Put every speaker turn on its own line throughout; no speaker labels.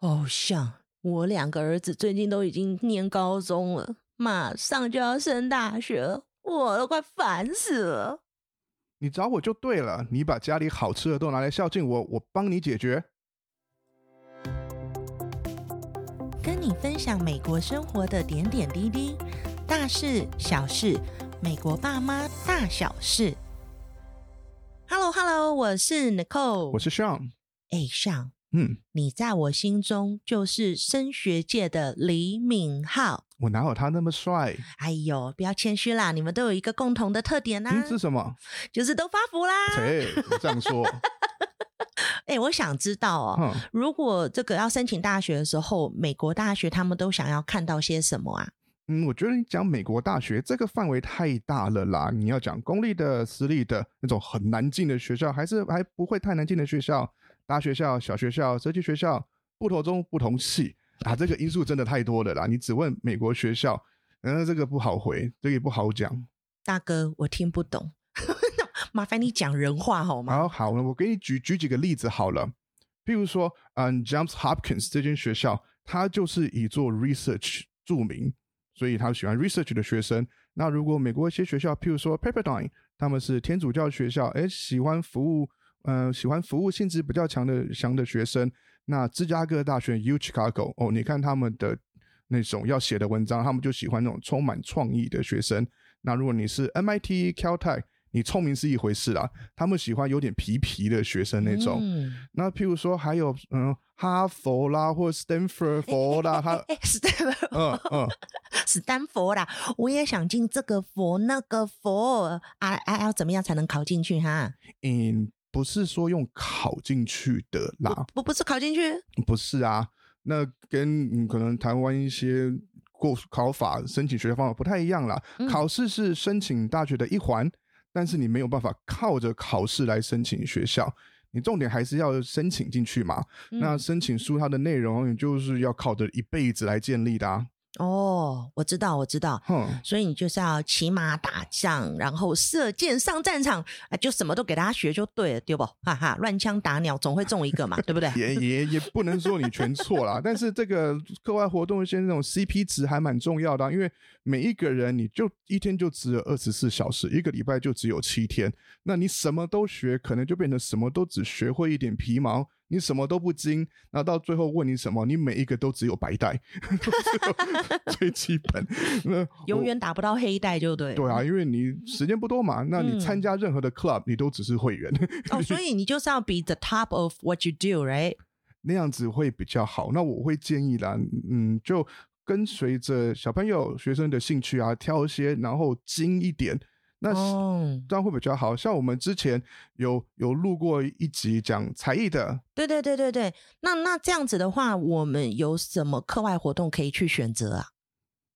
偶哦像。我两个儿子最近都已经念高中了，马上就要升大学，我都快烦死了。
你找我就对了，你把家里好吃的都拿来孝敬我，我帮你解决。
跟你分享美国生活的点点滴滴，大事小事，美国爸妈大小事。
Hello Hello，我是 Nicole，
我是 Sean，
哎上，
嗯，
你在我心中就是升学界的李敏镐。
我哪有他那么帅？
哎呦，不要谦虚啦，你们都有一个共同的特点啦、
嗯，是什么？
就是都发福啦。
谁这样说？
哎、我想知道哦，
哼，
如果这个要申请大学的时候，美国大学他们都想要看到些什么啊？
嗯，我觉得你讲美国大学这个范围太大了啦，你要讲公立的、私立的那种很难进的学校，还是还不会太难进的学校，大学校、小学校、设计学校，不同中不同系啊，这个因素真的太多了啦。你只问美国学校，嗯，这个不好回，这个也不好讲。
大哥，我听不懂， 麻烦你讲人话好吗？
好好，我给你举举几个例子好了。譬如说，嗯，Johns Hopkins 这间学校，它就是以做 research 著名，所以他喜欢 research 的学生。那如果美国一些学校，譬如说 Pepperdine，他们是天主教学校，诶，喜欢服务，呃，喜欢服务性质比较强的强的学生。那芝加哥大学 U Chicago，哦，你看他们的那种要写的文章，他们就喜欢那种充满创意的学生。那如果你是 MIT、Caltech，你聪明是一回事啦，他们喜欢有点皮皮的学生那种。
嗯
那譬如说还有嗯哈佛啦，或者 Stanford 佛 啦，他
哎、史丹
嗯嗯，
史丹佛啦，我也想进这个佛那个佛啊啊！要怎么样才能考进去哈？
嗯，不是说用考进去的啦，
不不是考进去，
不是啊，那跟嗯可能台湾一些过考法、申请学校方法不太一样啦。
嗯
考试是申请大学的一环，但是你没有办法靠着考试来申请学校，你重点还是要申请进去嘛。
嗯
那申请书它的内容，你就是要靠着一辈子来建立的、啊。
哦，我知道，我知道。
哼，
所以你就是要骑马打仗，然后射箭上战场，啊，就什么都给大家学就对了，对不？哈哈，乱枪打鸟总会中一个嘛，对不对？
也也也不能说你全错啦，但是这个课外活动一些那种 CP 值还蛮重要的啊、因为每一个人你就一天就只有二十四小时，一个礼拜就只有七天，那你什么都学，可能就变成什么都只学会一点皮毛，你什么都不精，那到最后问你什么，你每一个都只有白带， 都只有最基本。那我
永远打不到黑带就对。
对啊，因为你时间不多嘛，那你
嗯
参加任何的 club，你都只是会员。
哦，所以你就是要 be the top of what you do，right？
那样子会比较好。那我会建议啦，嗯，就跟随着小朋友、学生的兴趣啊，挑一些，然后精一点，那
哦，
这样会比较好。像我们之前有有录过一集讲才艺的，
对对对对对。那那这样子的话，我们有什么课外活动可以去选择啊？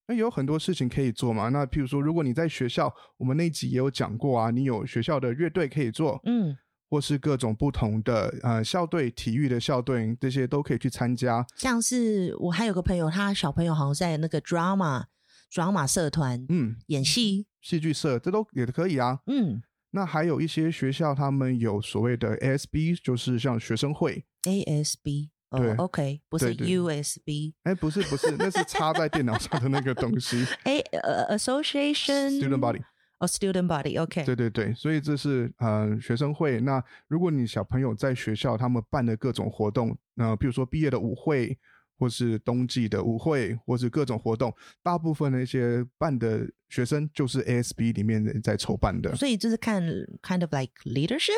那有很多事情可以做嘛。那譬如说，如果你在学校，我们那一集也有讲过啊，你有学校的乐队可以做，
嗯，
或是各种不同的呃校队、体育的校队，这些都可以去参加。
像是我还有个朋友，他小朋友好像在那个 drama drama 社团
嗯，
演戏，
戏剧社这都也可以啊。
嗯
那还有一些学校，他们有所谓的 ASB，就是像学生会。
，ASB。哦
对
，OK，不是
对对
USB，
哎，不是不是，那是插在电脑上的那个东西
哎，呃，association
，student body。
哦，student body，OK，
对对对，所以这是呃学生会。那如果你小朋友在学校，他们办的各种活动，呃，比如说毕业的舞会，或是冬季的舞会，或是各种活动，大部分的一些办的学生就是 ASB 里面在筹办的，
所以就是看 kind of like leadership，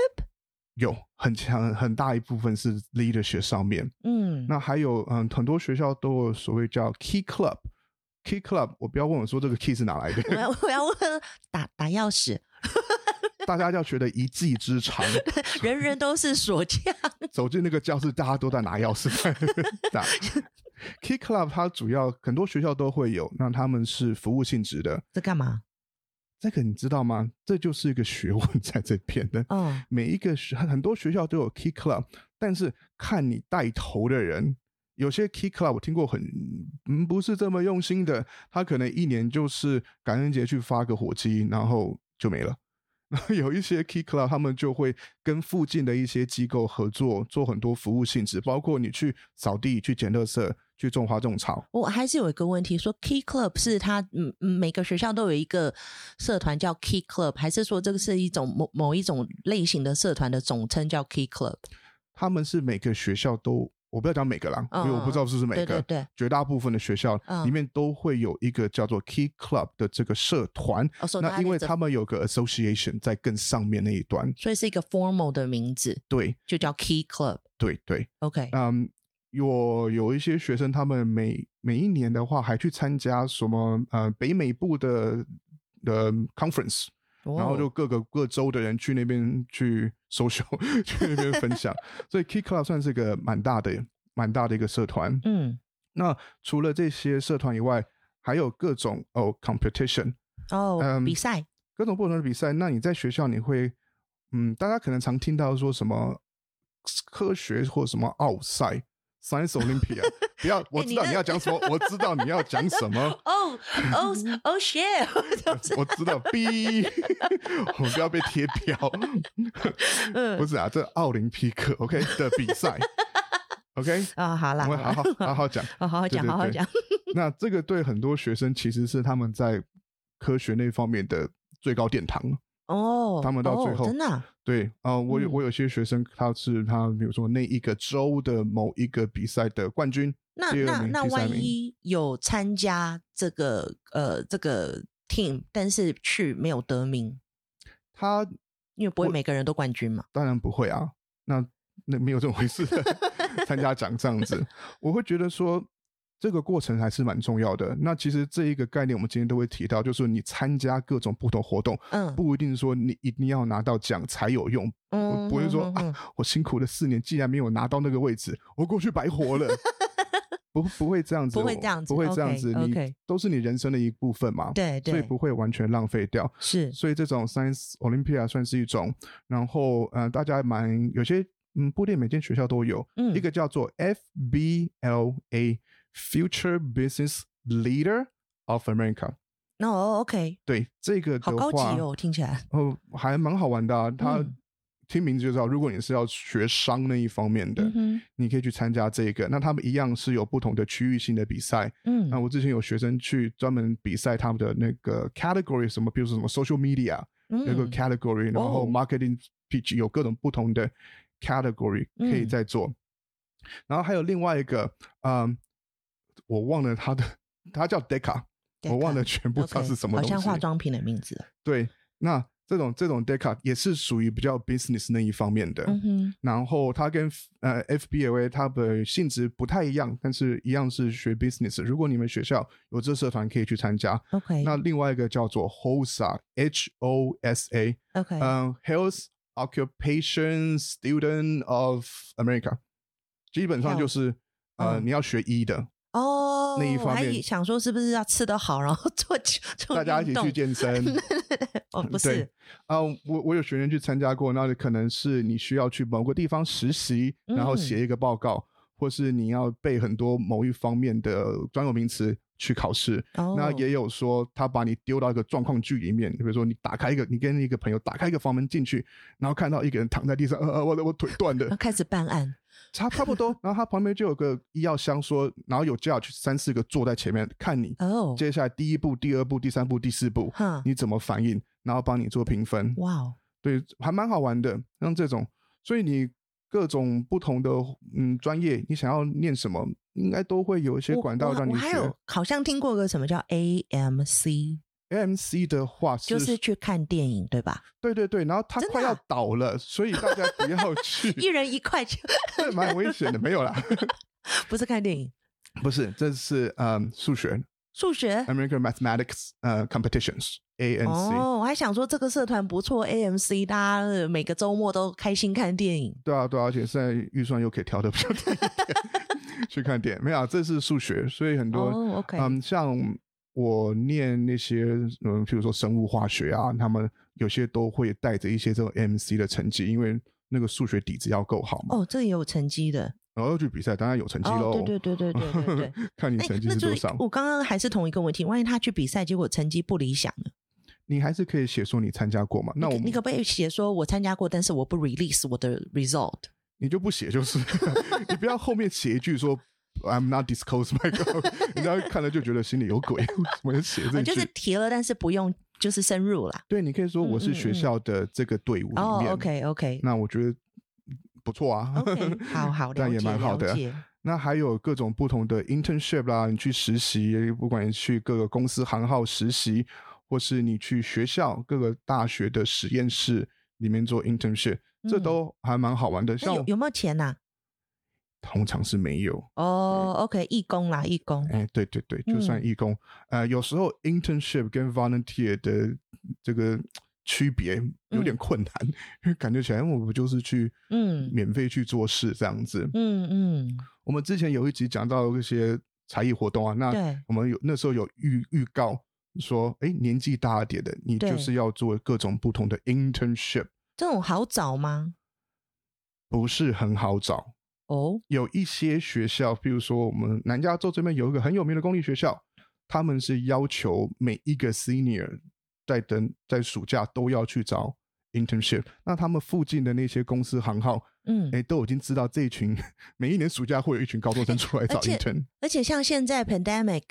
有很强很大一部分是 leadership 上面。
嗯，
那还有嗯，很多学校都有所谓叫 Key Club。Key Club，我不要问我说这个 key 是哪来
我
的，
要我要问打打钥匙，
大家要学的一技之长。
人人都是锁匠，
走进那个教室，大家都在拿钥匙打。Key Club 它主要很多学校都会有，那他们是服务性质的。
这干嘛？
这个你知道吗？这就是一个学问在这边的。
哦，
每一个学很多学校都有 Key Club，但是看你带头的人。有些 Key Club 我听过很，嗯，不是这么用心的，他可能一年就是感恩节去发个火鸡，然后就没了。 然后有一些 Key Cloud 他们就会跟附近的一些机构合作，做很多服务性质，包括你去扫地、去捡垃圾、去种花种草。
我还是有一个问题，说 Key Club 是它嗯嗯每个学校都有一个社团叫 Key Club，还是说这个是一种某某一种类型的社团的总称叫 Key Club？
他们是每个学校都，我不要讲每个啦，因为我不知道是不是每
对
个，
嗯对对，
绝大部分的学校
嗯
里面都会有一个叫做 Key Club 的这个社团。
哦，所以
那
它
因为
这
他们有个 association 在更上面那一端，
所以是一个 formal 的名字，
对
就叫 Key Club。
对对，
OK，
嗯，我有一些学生，他们每每一年的话，还去参加什么呃北美部的的 conference，然
哦
后就各个各州的人去那边去 social，去那边分享。所以 Key Club 算是个蛮大的蛮大的一个社团。
嗯
那除了这些社团以外，还有各种哦 competition，
哦
嗯
比赛
各种不同的比赛。那你在学校你会，嗯，大家可能常听到说什么科学或什么奥赛 （Science Olympia），不要，我
哎
知
你
道
这。
你要讲什么，我知道你要讲什么
哦哦哦 share，
我知道 B，我们不要被贴 标，不
嗯
是啊，这奥林匹克 OK 的比 赛 OK，
啊好
我
啦，
们好好
啦
好好讲。
好好
对
讲，
对
好好
对
讲，
那这个对很多学生其实是他们在科学那方面的最高殿堂。
哦，
他们到最
哦
后
真的啊
对啊、呃我有
嗯
我有些学生他是他，比如说那一个州的某一个比赛的冠军，
那
第二
那
名、
那
第三
万
名，
一有参加这个呃这个 team，但是去没有得名，
他
因为不会每个人都冠军嘛。
当然不会啊，那那没有这种回事的 参加奖这样子，我会觉得说。这个过程还是蛮重要的。那其实这一个概念，我们今天都会提到，就是你参加各种不同活动，
嗯，
不一定说你一定要拿到奖才有用。
嗯，
我不会说、
嗯嗯嗯
啊，我辛苦了四年，竟然没有拿到那个位置，我过去白 活了。不，不会这样子，哦
不会这样子
不会这样子，
，OK，OK
你都是你人生的一部分嘛，
对
所以
对
不会完全浪费掉。
是
所以这种 Science Olympia 算是一种，然后呃，大家蛮有些嗯，部队每间学校都有，
嗯
一个叫做 FBLA Future Business Leader of America。
那哦 OK，
对这个的
好
话，
高级哦，听起来
哦，还蛮好玩的、啊。它、
嗯
听名字就知道，如果你是要学商那一方面的，
嗯哼
你可以去参加这个。那他们一样是有不同的区域性的比赛。那
嗯
我之前有学生去专门比赛他们的那个 category 什么，比如说什么 social media 有一个
嗯
category，、然后
哦
marketing pitch 有各种不同的 category 可
嗯
以在做。然后还有另外一个，嗯，我忘了它的，它叫 Deca，我忘了全部
OK，
它是什么
好
东西。
像化妆品的名字。
对，那这种这种 Deca 也是属于比较 business 那一方面的。
嗯哼，
然后它跟呃 FBLA 它的性质不太一样，但是一样是学 business。如果你们学校有这社团，可以去参加。
OK，
那另外一个叫做 HOSA，H A，H O S A，
OK，
嗯，Health Occupation Student of America，基本上
Health，
就是呃
嗯
你要学医的，
哦，
那一方
我还
面
以想说是不是要吃得好，然后做做。
大家一起去健身
哦，不
对
是，
啊、我我有学员去参加过，那可能是你需要去某个地方实习，然
嗯
后写一个报告，或是你要背很多某一方面的专有名词去考试。
哦，
那也有说他把你丢到一个状况剧里面，比如说你打开一个，你跟一个朋友打开一个房门进去，然后看到一个人躺在地上，呃呃，我的我腿断
然后
了，
开始办案，
差差不多。然后他旁边就有个医药箱说，然后有 judge 三四个坐在前面看你，
哦，啊
接下来第一步、第二步、第三步、第四步，
哈，
你怎么反应，然后帮你做评分。
哇哦，
对，还蛮好玩的，像这种，所以你各种不同的嗯专业，你想要念什么，应该都会有一些
我
管道
我
让你
我还
学
有。好像听过个什么叫 AMC，
AMC 的话是，
就是去看电影对吧？
对对对，然后它
真的
快要
啊
倒了，所以大家不 要去，
一人一块钱，
这蛮危险的，没有啦，
不是看电影，
不是，这是嗯数学
数学。
American Mathematics 呃 Competitions AMC，、
哦，我还想说这个社团不错，AMC，大家呃每个周末都开心看电影。
对啊对啊，而且现在预算又可以调的比较低 一点去看点，没有、啊，这是数学，所以很多、
哦，OK，
嗯，像我念那些嗯，譬如说生物化学啊，他们有些都会带着一些这种 MC 的成绩，因为那个数学底子要够好嘛。
哦，这个也有成绩的。
然后要去比赛，当然有成绩喽。
哦，对对对对对对对。
看你
哎
成绩
那
是
就
多
是
少。
我刚刚还是同一个问题，万一他去比赛，结果成绩不理想呢？
你还是可以写说你参加过嘛。那我们
你可不可以写说我参加过，但是我不 release 我的 result？
你就不写就是， 你不要后面写一句说 I'm not disclose my goal，人家看了就觉得心里有鬼，为 什么要写这
我
句？
哦啊就是提了，但是不用就是深入啦。
对，你可以说我
嗯
是
嗯
学
嗯
校的这个队伍里面。
哦，OK OK
那我觉得不错啊
OK，好好
这样
了
也
解
蛮好
了
的
解。
那还有各种不同的 internship 啦，你去实习，不管你去各个公司行号实习，或是你去学校各个大学的实验室里面做 internship，、这
嗯
都还蛮好玩的。
那
像
有有没有钱呐？
通常是没有，
哦，OK，义工啦，义工。
哎，对对对，就算
嗯
义工，呃，有时候 internship 跟 volunteer 的这个区别有点困难，因为感觉起来哎我不就是去
嗯
免费去做事这样子。
嗯嗯，
我们之前有一集讲到一些才艺活动啊，那
对
我们有那时候有预预告说，哎，年纪大一点的你
对
就是要做各种不同的 internship，
这种好找吗？
不是很好找。
哦，
有一些学校，比如说我们南加州这边有一个很有名的公立学校，他们是要求每一个 senior 在等在暑假都要去找 internship。那他们附近的那些公司行号，
嗯
哎、，都已经知道这一群 每一年暑假会有一群高中生出来找
而且
intern。
而且像现在 pandemic，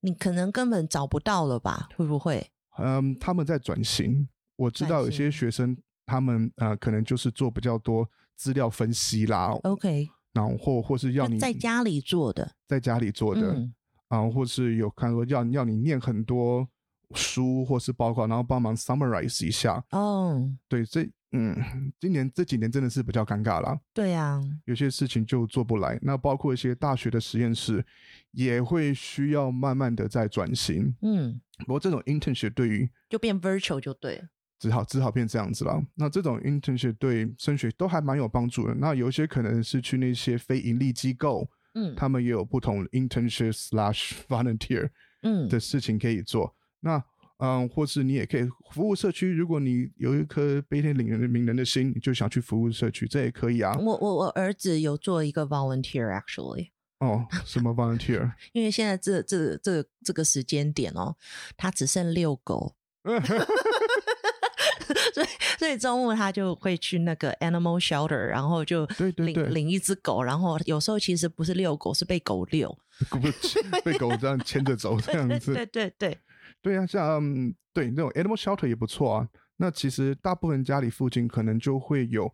你可能根本找不到了吧？会不会？
嗯，他们在转型。我知道有
转
些
型
学生，他们呃，可能就是做比较多资料分析啦，
OK，
然后或或是要
就
你
哦在家里做的，
在家里做的，
嗯
啊、或是有看说要要你念很多书或是报告，然后帮忙 summarize 一下。
哦，
对，这嗯，今年这几年真的是比较尴尬啦，
对啊，
有些事情就做不来。那包括一些大学的实验室也会需要慢慢的在转型。
嗯，
不过这种 internship 对于
就变 virtual 就对了。
只好只好变这样子了。那这种 internship 对升学都还蛮有帮助的。那有一些可能是去那些非盈利机构，
嗯
他们也有不同 internship slash volunteer。
嗯，
的事情可以做。那嗯，或是你也可以服务社区。如果你有一颗悲天悯人的悯人的心，你就想去服务社区，这也可以啊。
我我我儿子有做一个 volunteer actually，
哦，什么 volunteer？
因为现在这这这这个时间点哦，他只剩遛 狗，所以所以周末他就会去那个 animal shelter，然后就
对对
领
对
领一只狗，然后有时候其实不是遛狗，是被狗遛，
狗被狗这样牵着走，这样
对
子。
对对，
对啊，像、嗯对那种 animal shelter 也不错啊。那其实大部分家里附近可能就会有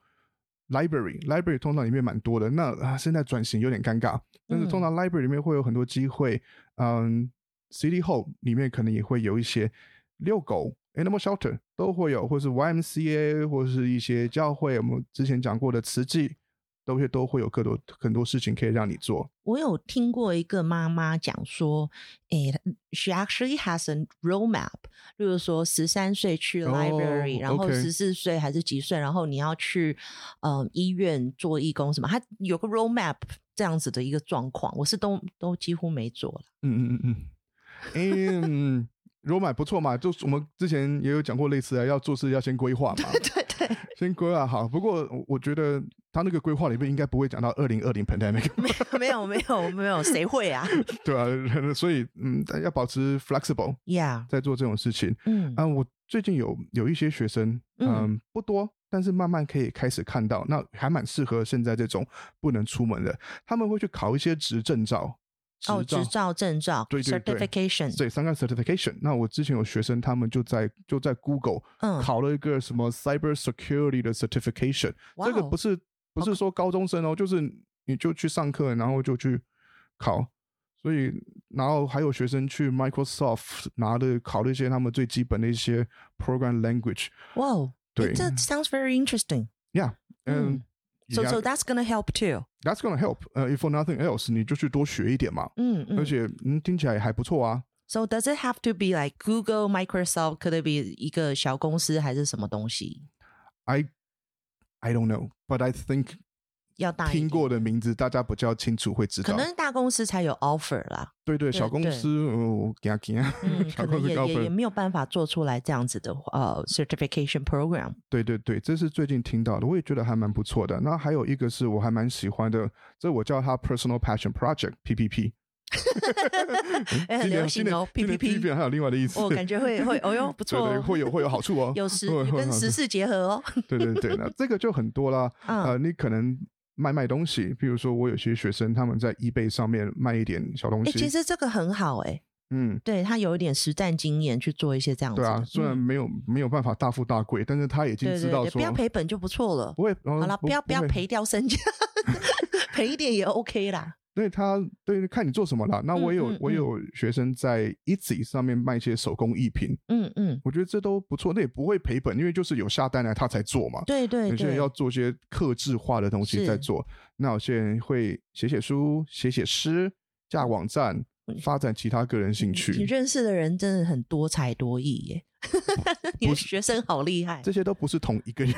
library，library 通常里面蛮多的。那啊，现在转型有点尴尬，但是通常 library 里面会有很多机会。嗯，city hall 里面可能也会有一些遛狗 animal shelter 都会有，或是 YMCA 或是一些教会，我们之前讲过的慈济，都会都会有更多很多事情可以让你做。
我有听过一个妈妈讲说，诶、s h e actually has a roadmap，例如说十三岁去
哦
library，、然后
OK
十四岁还是几岁，然后你要去嗯、呃医院做义工什么，她有个 roadmap 这样子的一个状况，我是都都几乎没做了。
嗯嗯嗯嗯，嗯，罗马不错嘛，就是我们之前也有讲过类似的，啊要做事要先规划嘛，
对对，
先规划好。不过我我觉得他那个规划里面应该不会讲到二零二零 pandemic，
没有没有没有，谁会啊
对啊， 所以嗯，要保持 flexible，
？Yeah，
在做这种事情。
嗯
啊，我最近有有一些学生，嗯、
嗯
不多，但是慢慢可以开始看到，那还蛮适合现在这种不能出门的，他们会去考一些执证照，
哦，执照证照
对对对
certification，
对，三个 certification。那我之前有学生，他们就在就在 Google
嗯
考了一个什么 cyber security 的 certification，、
哇
这个
哦
不是不是说高中生哦，就是你就去上课，然后就去考。所以，然后还有学生去 Microsoft 拿的考了一些他们最基本的一些 program language。
哇哦，诶
对嗯
这 sounds very interesting。
Yeah，嗯
嗯，so so that's gonna help too。
that's gonna help。呃、i f for nothing else，你就去多学一点嘛。
嗯嗯
而。且，嗯，听起来也还不错啊。
So does it have to be like Google, Microsoft? Could it be 一个小公司还是什么东西？
I I don't know，but I think
要大一点
听过的名字，大家比较清楚会知道。
可能大公司才有 offer 啦。
对对，小公
对
司，哦，给他给
嗯，
小
可能
公司
也
高
也也
分。
没有办法做出来这样子的呃 certification program。
对对对，这是最近听到的，我也觉得还蛮不错的。那还有一个是我还蛮喜欢的，这我叫它 personal passion project（PPP）。
哎很流
今年
行
今年
哦
今年
PPP
还有另外的意思，
我感觉会会，哦哟，不
对
错
对，
哦，
会有会有好处哦，
有时
会会
跟
好
时
处
事结合哦，
对对对，那这个就很多啦。
嗯
呃，你可能卖卖东西，比如说我有些学生他们在 eBay 上面卖一点小东
哎，其
西，
实这个很好哎，
嗯，
对他有一点实战经验去做一些这样子
对
的，
啊，虽然
嗯
没有、没有办法大富大贵，但是他已经
对
知
对
道
对，
说
不要赔本就不错了。
不会，
好
好
啦，不要不要，赔掉身家，赔一点也 OK 啦。
所以他对看你做什么啦。那我也有、
嗯嗯
我也
嗯
有学生在 Etsy 上面卖一些手工艺品，
嗯嗯，
我觉得这都不错，那也不会赔本，因为就是有下单来他才做嘛。
对对
有些人
对，
要做些克制化的东西
是
在做，那有些人会写写书、写写诗、架网站，
嗯
发展其他个人兴
你
趣，
认识的人真的很多才多艺耶。 你的
哦不
学生好厉害
这！些都不是同一个人。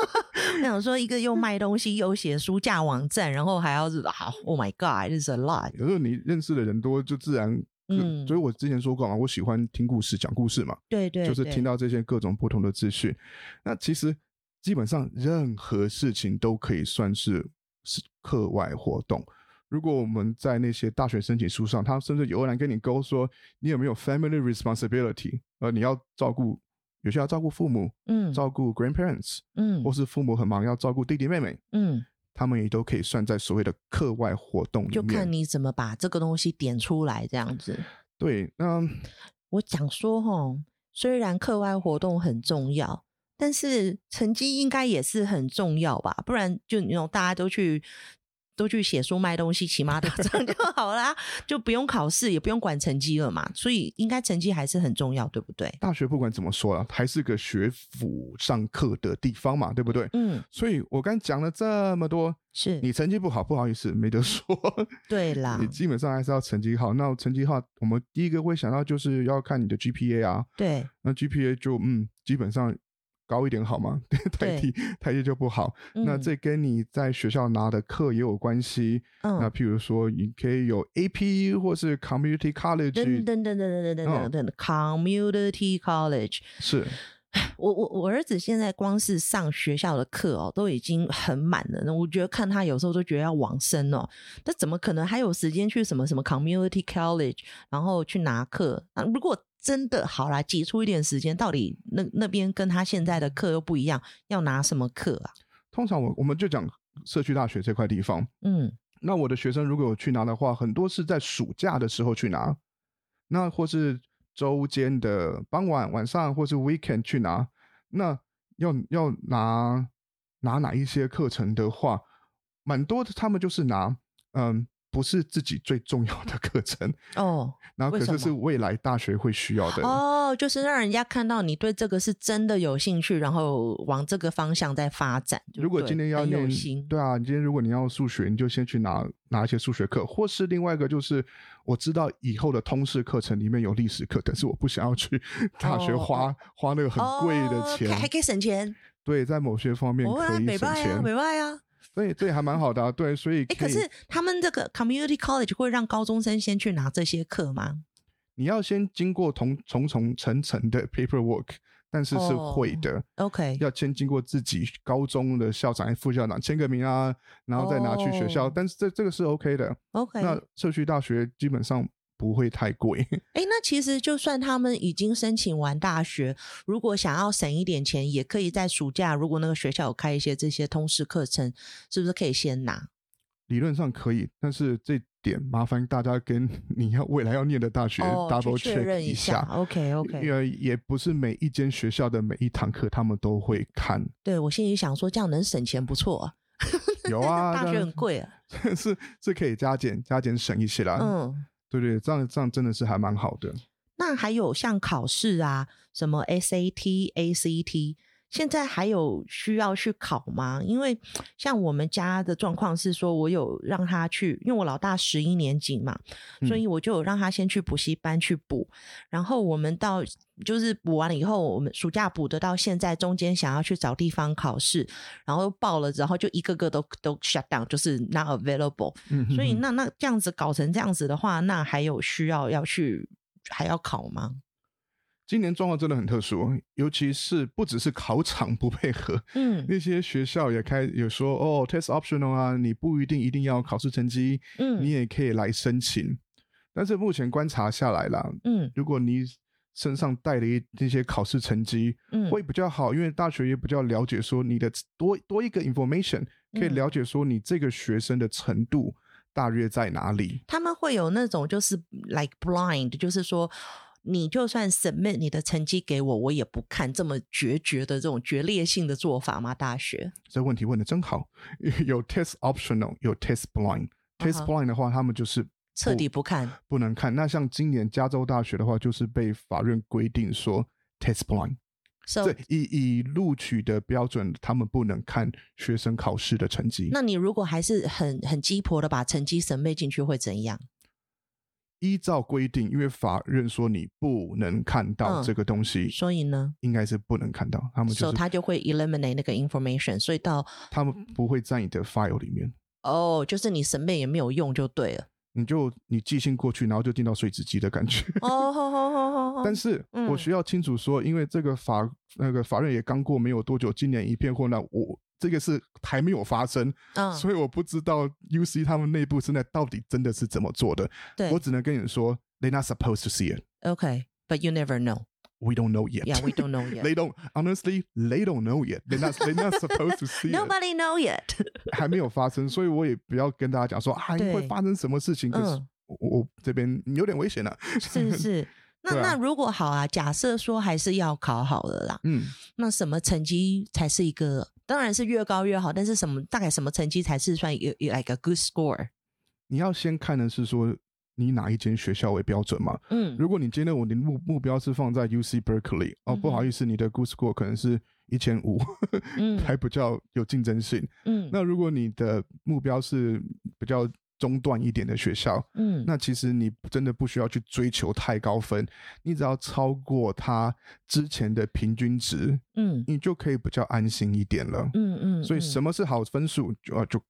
我想说，一个又卖东西，又写书架网站，然后还要是啊，Oh my God，this a lot。
有时候你认识的人多，就自然。
嗯
所以我之前说过嘛，我喜欢听故事、讲故事嘛，
对对，
就是
对
听到这些各种不同的资讯。那其实基本上任何事情都可以算是是课外活动。如果我们在那些大学申请书上，他甚至有人跟你勾说你有没有 family responsibility，呃，你要照顾有些要照顾父母，
嗯
照顾 grandparents，
嗯
或是父母很忙要照顾弟弟妹妹，
嗯，
他们也都可以算在所谓的课外活动里
就看
面。
你怎么把这个东西点出来，这样子。
对，那
我讲说吼，虽然课外活动很重要，但是成绩应该也是很重要吧？不然就你种大家都去都去写书卖东西、骑马打仗就 好啦，就不用考试，也不用管成绩了嘛。所以应该成绩还是很重要，对不对？
大学不管怎么说啊，还是个学府上课的地方嘛，对不对？
嗯，
所以我刚讲了这么多，
是啊
你成绩不好，不好意思，没 得说。
对啦
你，基本上还是要成绩好。那成绩好，我们第一个会想到就是要看你的 GPA 啊。
对
那 GPA 就嗯，基本上高一点好吗？ 太低太低就不好。那
嗯
这跟你在学校拿的课也有关系。那
嗯。
譬如说，你可以有 AP 或是
等
Community College，
等等等等等
哦
等等，community college，
是
我我我儿子现在光是上学校的课哦，都已经很满了。那我觉得看他有时候都觉得要往生哦，那怎么可能还有时间去什么什么 community college，然后去拿课？那如果真的好啦，挤出一点时间，到底那那边跟他现在的课又不一样，要拿什么课啊？
通常我我们就讲社区大学这块地方。
嗯，
那我的学生如果有去拿的话，很多是在暑假的时候去拿，那或是周间的傍晚、晚上或是 weekend 去拿。那要要拿拿哪一些课程的话，蛮多的，他们就是拿嗯，不是自己最重要的课程，
哦
然后可
为
是
什
是
么
未来大学会需要的。
哦，就是让人家看到你对这个是真的有兴趣，然后往这个方向在发展。就
如果
对
今天要
很有
念
心，，
对啊，你今天如果你要数学，你就先去拿拿一些数学课，或是另外一个就是，我知道以后的通识课程里面有历史课，但是我不想要去 大学
哦
花、花那个很贵的钱，
哦、还可以省钱。
对，在某些方面
哦
可
啊，
以
美
省
拜
钱
啊，，美拜啊！
所以这也还蛮好的、啊，对，所以
哎、可
以
是他们这个 community college 会让高中生先去拿这些课吗？
你要先经过重重重层层的 paperwork，但 是是会的。
哦？OK，
要先经过自己高中的校长、副校长签个名啊，然后再拿去学校，
哦
但是这这个是 OK 的。
OK，
那社区大学基本上不会太贵，
哎、那其实就算他们已经申请完大学，如果想要省一点钱，也可以在暑假，如果那个学校有开一些这些通识课程，是不是可以先拿？
理论上可以，但是这点麻烦大家跟 你要未来要念的大学
哦，去
double
确
check
认
一
下。OK OK，
因为也不是每一间学校的每一堂课他们都会 看。
对我心里想说，这样能省钱不错、啊。
有
但是
啊，
大
当
学
然
很贵啊。
是是可以加减加减省一些啦。
嗯。
对对，这样这样真的是还蛮好的。
那还有像考试啊，什么 SAT、ACT，现在还有需要去考吗？因为像我们家的状况是说，我有让他去，因为我老大十一年级嘛，
嗯
所以我就有让他先去补习班去补。然后我们到就是补完了以后，我们暑假补的到现在，中间想要去找地方考试，然后报了，然后就一个个都都 shut down，就是 not available。
嗯，
所以那那这样子搞成这样子的话，那还有需要要去还要考吗？
今年状况真的很特殊，哦尤其是不只是考场不配合，
嗯
那些学校也开有说哦，test optional 啊，你不一定一定要考试成绩，
嗯
你也可以来申请。但是目前观察下来啦，
嗯
如果你身上带了一这些考试成绩，
嗯，
会比较好，因为大学也比较了解说你的多多一个 information，可以
嗯
了解说你这个学生的程度大约在哪里。
他们会有那种就是 like blind，就是说你就算 submit 你的成绩给我，我也不看这么决绝的这种决裂性的做法吗？大学
这问题问的真好， 有 test optional，有 test blind。
啊哈
test blind 的话，他们就是
彻底不看，
不能看。那像今年加州大学的话，就是被法院规定说 test blind，
so,
这以以录取的标准，他们不能看学生考试的成绩。
那你如果还是很很鸡婆的把成绩审备进去会怎样？
依照规定，因为法院说你不能看到
嗯
这个东西，
所以呢，
应该是不能看到。他们
所
就
以
是
他就会 eliminate 那个 information，所以到
他们不会在你的 file 里面，
哦，就是你审备也没有用就对了。
你就你寄信过去，然后就进到水纸机的感觉。
哦，吼吼吼吼吼
但是
嗯
我需要清楚说，因为这个法那个法院也刚过没有多久，今年一片混乱，我这个是还没有发生，
嗯，
所以我不知道 UC 他们内部现在到底真的是怎么做的。
对
我只能跟你说，They're not supposed to see it.
，OK，but you never know，yeah，we
We don't know yet.
don't know yet。
They don't honestly. They don't know yet. They're not. They're not supposed to see. it.
Nobody know yet
还没有发生，所以我也不要跟大家讲说啊
对
会发生什么事情。可是
嗯
我我这边有点危险了、啊
是 是。那、
对啊
那如果好啊，假设说还是要考好了啦，
嗯，
那什么成绩才是一个？当然是越高越好，但是什么大概什么成绩才是算有 like a good score？
你要先看的是说你哪一间学校为标准嘛？
嗯
如果你今天我的目目标是放在 UC Berkeley，哦，
嗯哼
不好意思，你的 Good Score 可能是一千五，
嗯
还比较有竞争性。
嗯
那如果你的目标是比较中段一点的学校，
嗯
那其实你真的不需要去追求太高分，你只要超过他之前的平均值，
嗯
你就可以比较安心一点了。
嗯嗯，
所以
嗯
什么是好分数？就啊就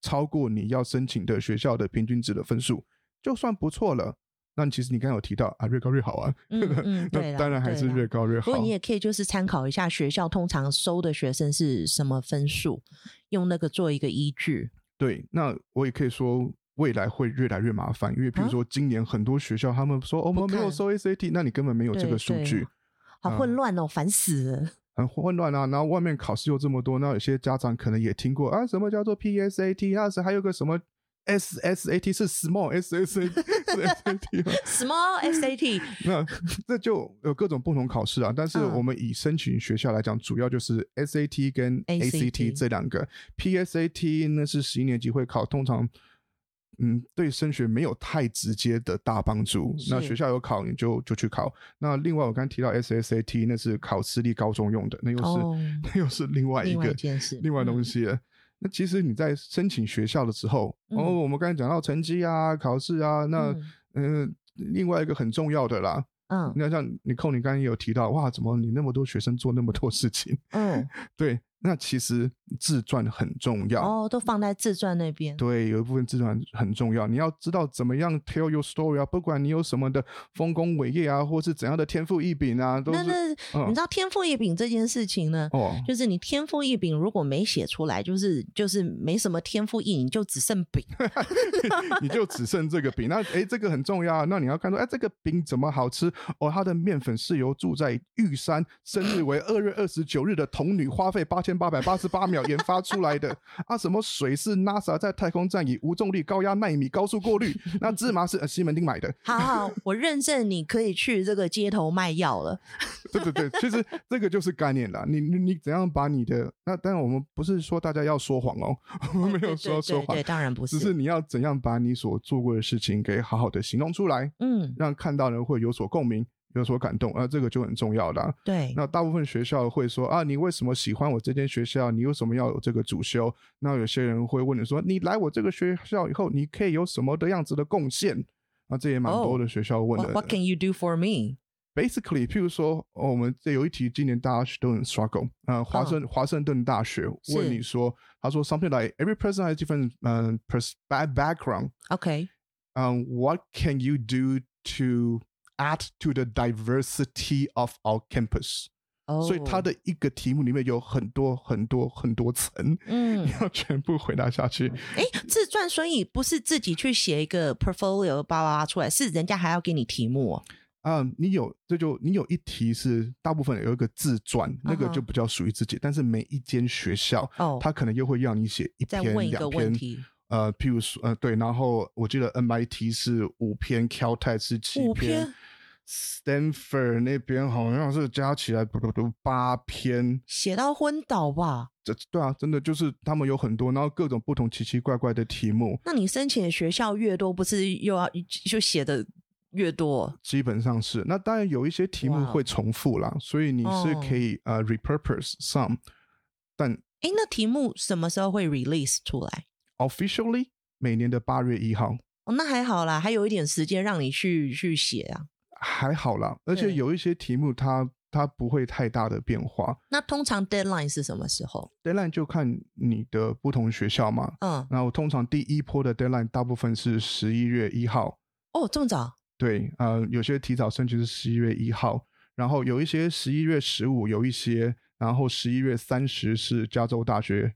超过你要申请的学校的平均值的分数，就算不错了。那其实你刚刚有提到啊，越高越好啊，
嗯嗯对
那
啦
当然还是
对啦
越高越
不
好
过。你也可以就是参考一下学校通常收的学生是什么分数，用那个做一个依据。
对，那我也可以说。未来会越来越麻烦，因为譬如说今年很多学校他们说、哦，我们没有
啊看
收 SAT，那你根本没有这
对
个数
对
据，
好
嗯
混乱哦，烦死了！
很混乱啊。然后外面考试又这么多，那有些家长可能也听过啊，什么叫做 PSAT，那是还有个什么 SSAT 是 Small SSAT 吗
Small SAT，
那这就有各种不同考试啊，但是
嗯
我们以申请学校来讲，主要就是 SAT 跟
ACT
ACT 这两个，PSAT 那是十一年级会考，通常嗯对升学没有太直接的大帮助。
是
那学校有考你就就去考。那另外我刚才提到 SSAT 那是考私立高中用的，那又是、
哦
那又是另外一
另外
个
一件事，嗯
另外东
西，
西了。那其实你在申请学校的时候，
嗯
哦，我们刚才讲到成绩啊、考试啊，那
嗯
嗯、另外一个很重要的啦，
嗯
那像你寇，你刚刚也有提到，哇，怎么你那么多学生做那么多事情？
嗯，
对，那其实自传很重要。
哦，都放在自传那边，
对，有一部分自传很重要，你要知道怎么样 tell your story 啊，不管你有什么的丰功伟业啊，或是怎样的天赋异禀啊，都
那
是
那、
嗯
你知道天赋异禀这件事情呢？
哦，
就是你天赋异禀，如果没写出来，就是就是没什么天赋异禀， 就只剩饼。
你就只剩这个饼。那诶，这个很重要啊，那你要看说，哎，这个饼怎么好吃？哦，它的面粉是由住在玉山，生 日为二月二十九日的童女花费八千八百八十八秒研发出 来的。啊，什么水是 NASA 在太空站以无重力、高压、纳米高速过滤。那芝麻是呃西门町买的。
好好，我认证你可以去这个街头卖药了。
对对对，其实这个就是概念啦。你你你怎样把你的那？当然，我们不是说大家要说谎哦，我们没有说
对对
说
对
谎
对，，当然不
只是你要怎样把你所做过的事情给好好的形容出来。
嗯，
让看到人会有所共鸣、有所感动，啊，这个就很重要啦。
对，
那大部分学校会说啊，你为什么喜欢我这间学校？你为什么要有这个主修？那有些人会问你说，你来我这个学校以后，你可以有什么的样子的贡献？啊，这也蛮
哦
多的学校问
What,
的。
what can you do for me？
Basically，譬如说，哦、我们这有一题，今年大家都很 struggle。呃，华盛、华盛顿大学问你说，他说 something like every person has different 嗯、pers- back- background。
OK，
um, what can you do to add to the diversity of our campus？
哦
所以它的一个题目里面有很多很多很多层，
嗯
你，要全部回答下去。
哎，自传所以不是自己去写一个 portfolio 叭叭叭出来，是人家还要给你题目哦。
嗯，你有这就你有一题是大部分有一个自传，那个
嗯哼
就比较属于自己，但是每一间学校，
哦
他可能又会要你写一
再
篇
问一个
两
问
篇。
题，
呃，譬如说，呃，对，然后我记得 MIT 是五篇，Caltech 是七
五
篇
篇
，Stanford 那边好像是加起来不不不八篇，
写到昏倒吧？
这对啊，真的就是他们有很多，然后各种不同奇奇怪怪的题目，
那你申请的学校越多，不是又要就写的越多？
基本上是。那当然有一些题
哇
目
哦
会重复啦，所以你是
哦
可以、呃 repurpose some，但
哎，那题目什么时候会 release 出来？
officially 每年的八月一号
哦，那还好啦，还有一点时间让你去去写啊。
还好啦，而且
对
有一些题目它它不会太大的变化
那通常 deadline 是什么时候？
，deadline 就看你的不同学校嘛。
嗯，
然后通常第一波的 deadline 大部分是十一月一号，
哦，这么早？
对，呃，有些提早升级是十一月一号，然后有一些十一月十五，有一些，然后十一月三十是加州大学，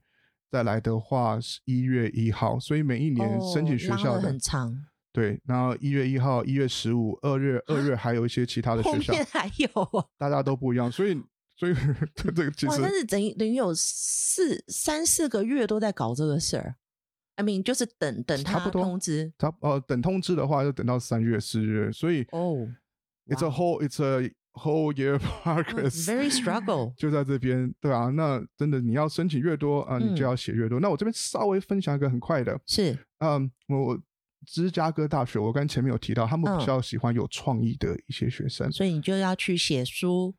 再来的话是一月一号，所以每一年申请学
哦拉
校
得
的、
很长，
对，然后一月一号、一月十五、二月二月还有一些其他的
后
学校，
面还有哦。
大家都不一样，所以所以 这这个其
哇，
实
但是等于等于有四三四个月都在搞这个事儿。I mean，就是等等
差
他
不多
通知
它呃等通知的话要等到三月四月，所以
哦
it's a whole it's a whole year progress、
嗯 ，very struggle。
就在这边，对啊，那真的你要申请越多啊、
嗯
你就要写越多。那我这边稍微分享一个很快的，
是
嗯，我我芝加哥大学，我刚前面有提到，他们
嗯
比较喜欢有创意的一些学生，
所以你就要去写书，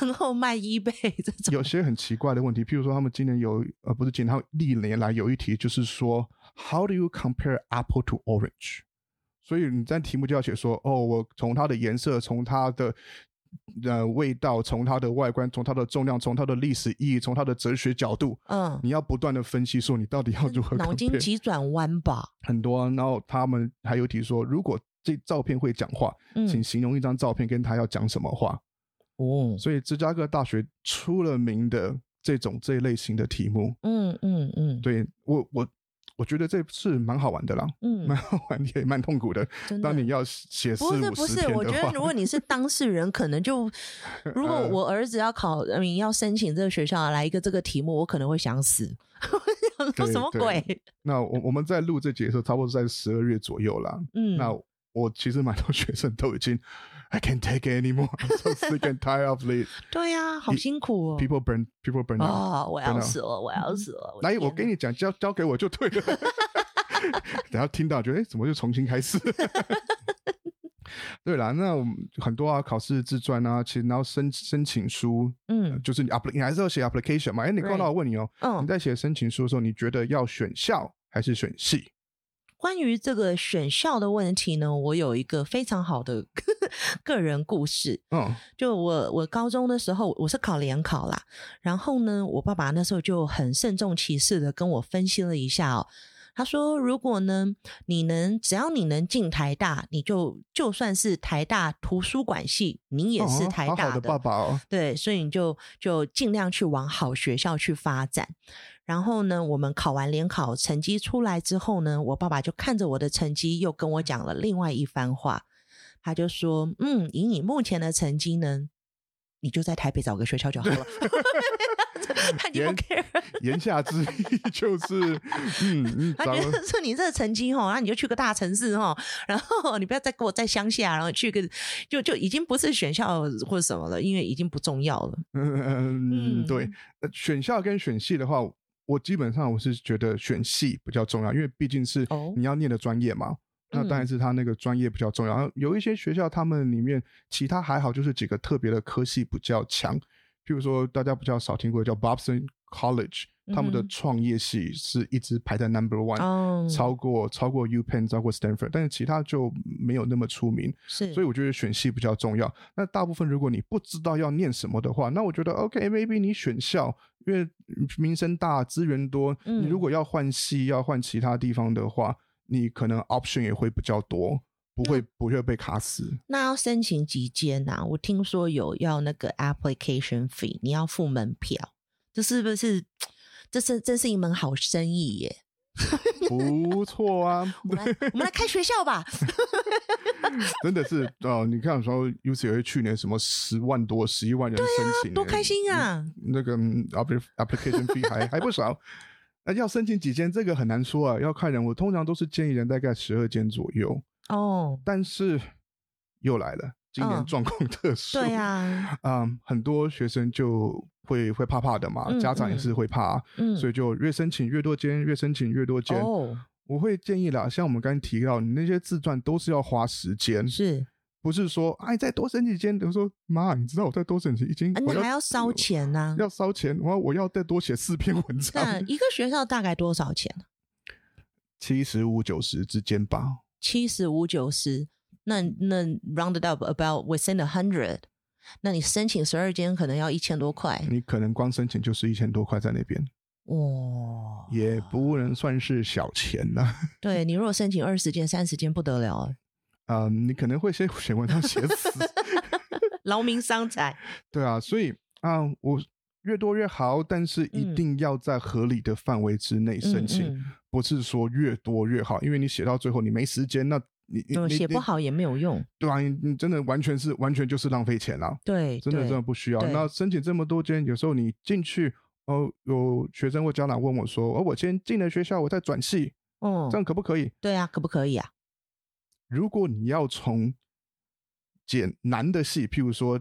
然后卖 eBay 这种。
有些很奇怪的问题，譬如说他们今年有呃不是今年，他们历年来有一题就是说，How do you compare apple to orange？所以你在题目就要写说，哦，我从它的颜色，从它的呃味道，从它的外观，从它的重量，从它的历史意义，从它的哲学角度，
嗯，
你要不断的分析，说你到底要如何
脑筋
compare
急转弯吧。
很多、啊。然后他们还有提说，如果这照片会讲话，请
嗯，
形容一张照片跟他要讲什么话。
哦，
所以芝加哥大学出了名的这种这一类型的题目，
嗯嗯嗯，
对我我我觉得这是蛮好玩的啦，蛮
嗯，
好玩也蛮痛苦的。
真的
当。你要写四
不是
五
不
十
是，
篇
我觉
的
得如
话，嗯
果你是当事人，可能 就如果我儿子要考，呃你要申请这个学校来一个这个题目，我可能会想死。 我想说
对
什么
对
鬼？
那我我们在录这节的时候，差不多在十二月左右啦。
嗯，
那我其实蛮多学生都已经 I can't take it anymore, I'm so sick and tired of it.
对呀，好
一
辛苦哦。
People burn, people burn out.
哦，我要
真的
死了，我要死了！的
来，我
天
跟你讲，交交给我就对了。 等下听到觉得，哎、怎么又重新开始？ 对啦，那我们很多啊，考试自传啊，其实然后申申请书，呃
嗯
就是你 app，你还是要写 application 嘛。哎、你
Right
刚到我问你哦、
嗯，
你在写申请书的时候，你觉得要选校还是选系？
关于这个选校的问题呢，我有一个非常好的 个人故事。
嗯
就我我高中的时候，我是考联考啦，然后呢，我爸爸那时候就很慎重其事的跟我分析了一下哦。他说：“如果呢，你能只要你能进台大，你就就算是台大图书馆系，你也是
哦
台
好
大
好的爸爸哦。
对，所以你就就尽量去往好学校去发展。然后呢，我们考完联考成绩出来之后呢，我爸爸就看着我的成绩，又跟我讲了另外一番话。他就说：“嗯，以你目前的成绩呢，你就在台北找个学校就好 了。”他已经不
原
care，了
言下之意 就是，嗯，你
他
找
觉
个
得说你这个成绩哈，那你就去个大城市哈，然后你不要再给我在乡下，然后去个就就已经不是选校或者什么了，因为已经不重要了。
嗯
嗯
嗯，对。呃选校跟选系的话，我基本上我是觉得选系比较重要，因为毕竟是
哦嗯
你要念的专业嘛。那当然是他那个专业比较重要。然后有一些学校，他们里面其他还好，就是几个特别的科系比较强。譬如说，大家比较少听过的叫 Bobson College，他
嗯
们的
哼
创业系是一直排在 Number One，、
哦，
啊超过超过 U Penn，超过 Stanford，但是其他就没有那么出名。
是，
所以我觉得选系比较重要。那大部分如果你不知道要念什么的话，那我觉得 OK，maybe、你选校，因为名声大，资源多。
嗯
你如果要换系，要换其他地方的话，你可能 option 也会比较多。不会
嗯
不会被 卡死。
那要申请几间啊？我听说有要那个 application fee，你要付门票，这是不是？这是真是一门好生意耶！
不错啊，
我们来我们来开学校 吧。
真的是哦。你看说 UCLA 去年什么十万多、十一万人申请
啊
欸耶，
多开心啊！
那个嗯 appli- application fee 还还不少。那要申请几间，这个很难说啊，要看人。我通常都是建议人大概十二间左右，
哦，
但是又来了，今年
嗯
状况 特殊。
对啊，
嗯，很多学生就会会怕怕的嘛，
嗯
家长也是会怕，啊
嗯，
所以就越申请越多间，越申请越多间。
哦，
我会建议啦，像我们刚才提到，你那些自传都是要花时间，
是，
不是说哎再多申请一间，比如说妈，你知道我再多申请一间
啊，
我
你还
要
要烧钱呢。
要烧钱，我要我要再多写四篇文
嗯那
章，
一个学校大概多少钱？ 啊
七十五九十之间吧。
七十五九十，那那 rounded up about within a hundred，那你申请十二间可能要一千多块。
你可能光申请就是一千多块在那边，
哇，
也不能算是小钱了。 嗯
对你如果申请二十件、三十件不得了欸，
嗯，你可能会先写文章写 死，
劳民伤财。
对啊，所以啊、我越多越好，但是一
嗯
定要在合理的范围之内申请，
嗯嗯
不是说越多越好，因为你写到最后你没时间，那你你
对
你
写不，好也没有用。
你对啊，你你真的完全是完全就是浪费钱啦、
对，
真的
对
真的不需要。
对
那申请这么多间，有时候你进去。哦，有学生或家长问我说：“哦，我先进了学校，我再转系，
哦
这，样可不可以
对啊，可不可以啊？？”
如果你要从简难的系，譬如说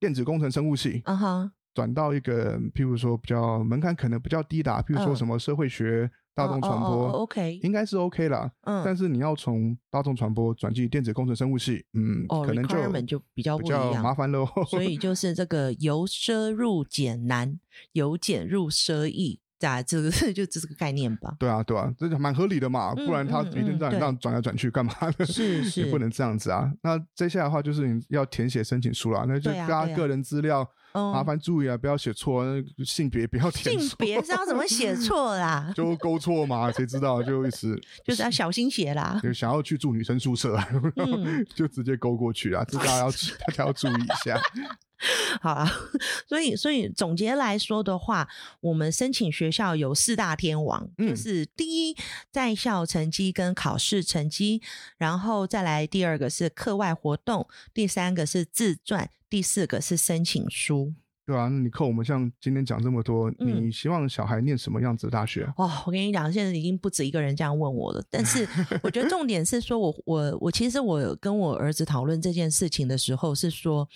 电子工程生物系，
啊哈，
转到一个，譬如说比较门槛可能比较低的啊，譬如说
嗯
什么社会学、大众传播、
哦哦哦 OK，
应该是 OK 啦。
嗯，
但是你要从大众传播转进电子工程生物系，嗯，
哦
可能就
requirement 就比较
比
不一
较
样
麻烦喽。
所以就是这个由奢入俭难，由俭入奢易，咋这个 就这个概念吧？
对啊，对啊，这就蛮合理的嘛，
嗯
不然他
嗯
一定让
嗯
你
对
让转来转去干嘛呢？
是是
也不能这样子啊。那接下来的话就是你要填写申请书啦，那就
对啊
大
对
家
啊
个人资料，
嗯
麻烦注意啊，不要写错，那性别不要填
性
错，，
别知道怎么写错啦
就勾错嘛，谁知道就一直
就是要小心写啦。
就想要去住女生宿舍，啊然后
嗯
就直接勾过去啊，这大家要 大家要注意一下。
好啦， 所以所以总结来说的话，我们申请学校有四大天王，
嗯
就是第一在校成绩跟考试成绩，然后再来第二个是课外活动，第三个是自传，第四个是申请书。
对啊，那你扣我们像今天讲这么多，
嗯
你希望小孩念什么样子的大学？啊
哦，我跟你讲，现在已经不止一个人这样问我了。但是我觉得重点是说我，我我其实我跟我儿子讨论这件事情的时候是说，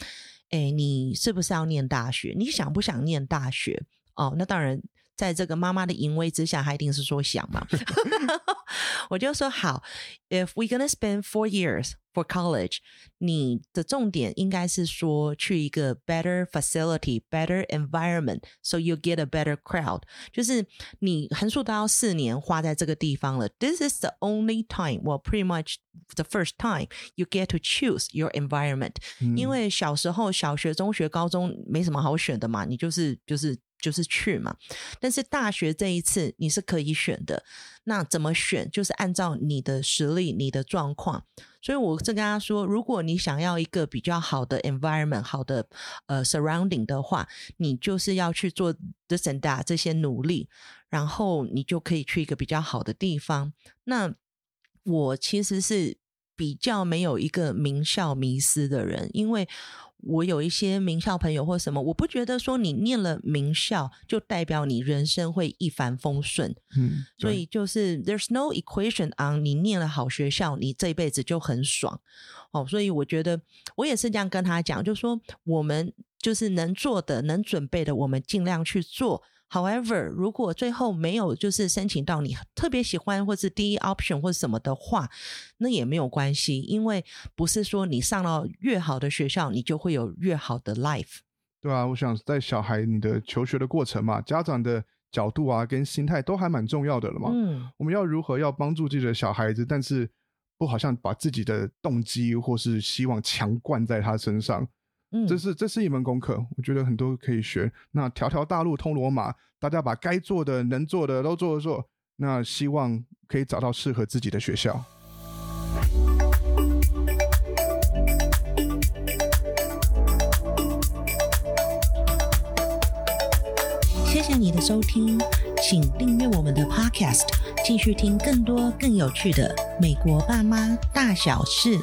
哎，你是不是要念大学？你想不想念大学？哦，那当然，在这个妈妈的淫威之下，他一定是说想嘛。 我就说好，if we gonna spend four years for college，你的重点应该是说去一个 better facility、better environment，so you get a better crowd。就是你横竖都要四年花在这个地方了。This is the only time, well, pretty much the first time you get to choose your environment、
嗯
因为小时候小学、中学、高中没什么好选的嘛，你就是就是就是去嘛。但是大学这一次你是可以选的，那怎么选就是按照你的实力、你的状况。所以我是跟他说，如果你想要一个比较好的 environment、好的呃 surrounding 的话，你就是要去做 this and that 这些努力，然后你就可以去一个比较好的地方。那我其实是比较没有一个名校迷失的人，因为我有一些名校朋友或什么，我不觉得说你念了名校就代表你人生会一帆风顺。
嗯，
所
对
以就是 there's no equation on 你念了好学校，你这一辈子就很爽哦。所以我觉得我也是这样跟他讲，就说我们就是能做的、能准备的，我们尽量去做。However，如果最后没有就是申请到你特别喜欢或是第一 option 或什么的话，那也没有关系，因为不是说你上了越好的学校，你就会有越好的 life。
对啊，我想在小孩你的求学的过程嘛，家长的角度啊跟心态都还蛮重要的了嘛。
嗯，
我们要如何要帮助自己的小孩子，但是不好像把自己的动机或是希望强灌在他身上，
嗯
这是这是一门功课，我觉得很多可以学。那条条大路通罗马，大家把该做的、能做的都做了做，那希望可以找到适合自己的学校。
谢谢你的收听，请订阅我们的 Podcast，继续听更多更有趣的美国爸妈大小事。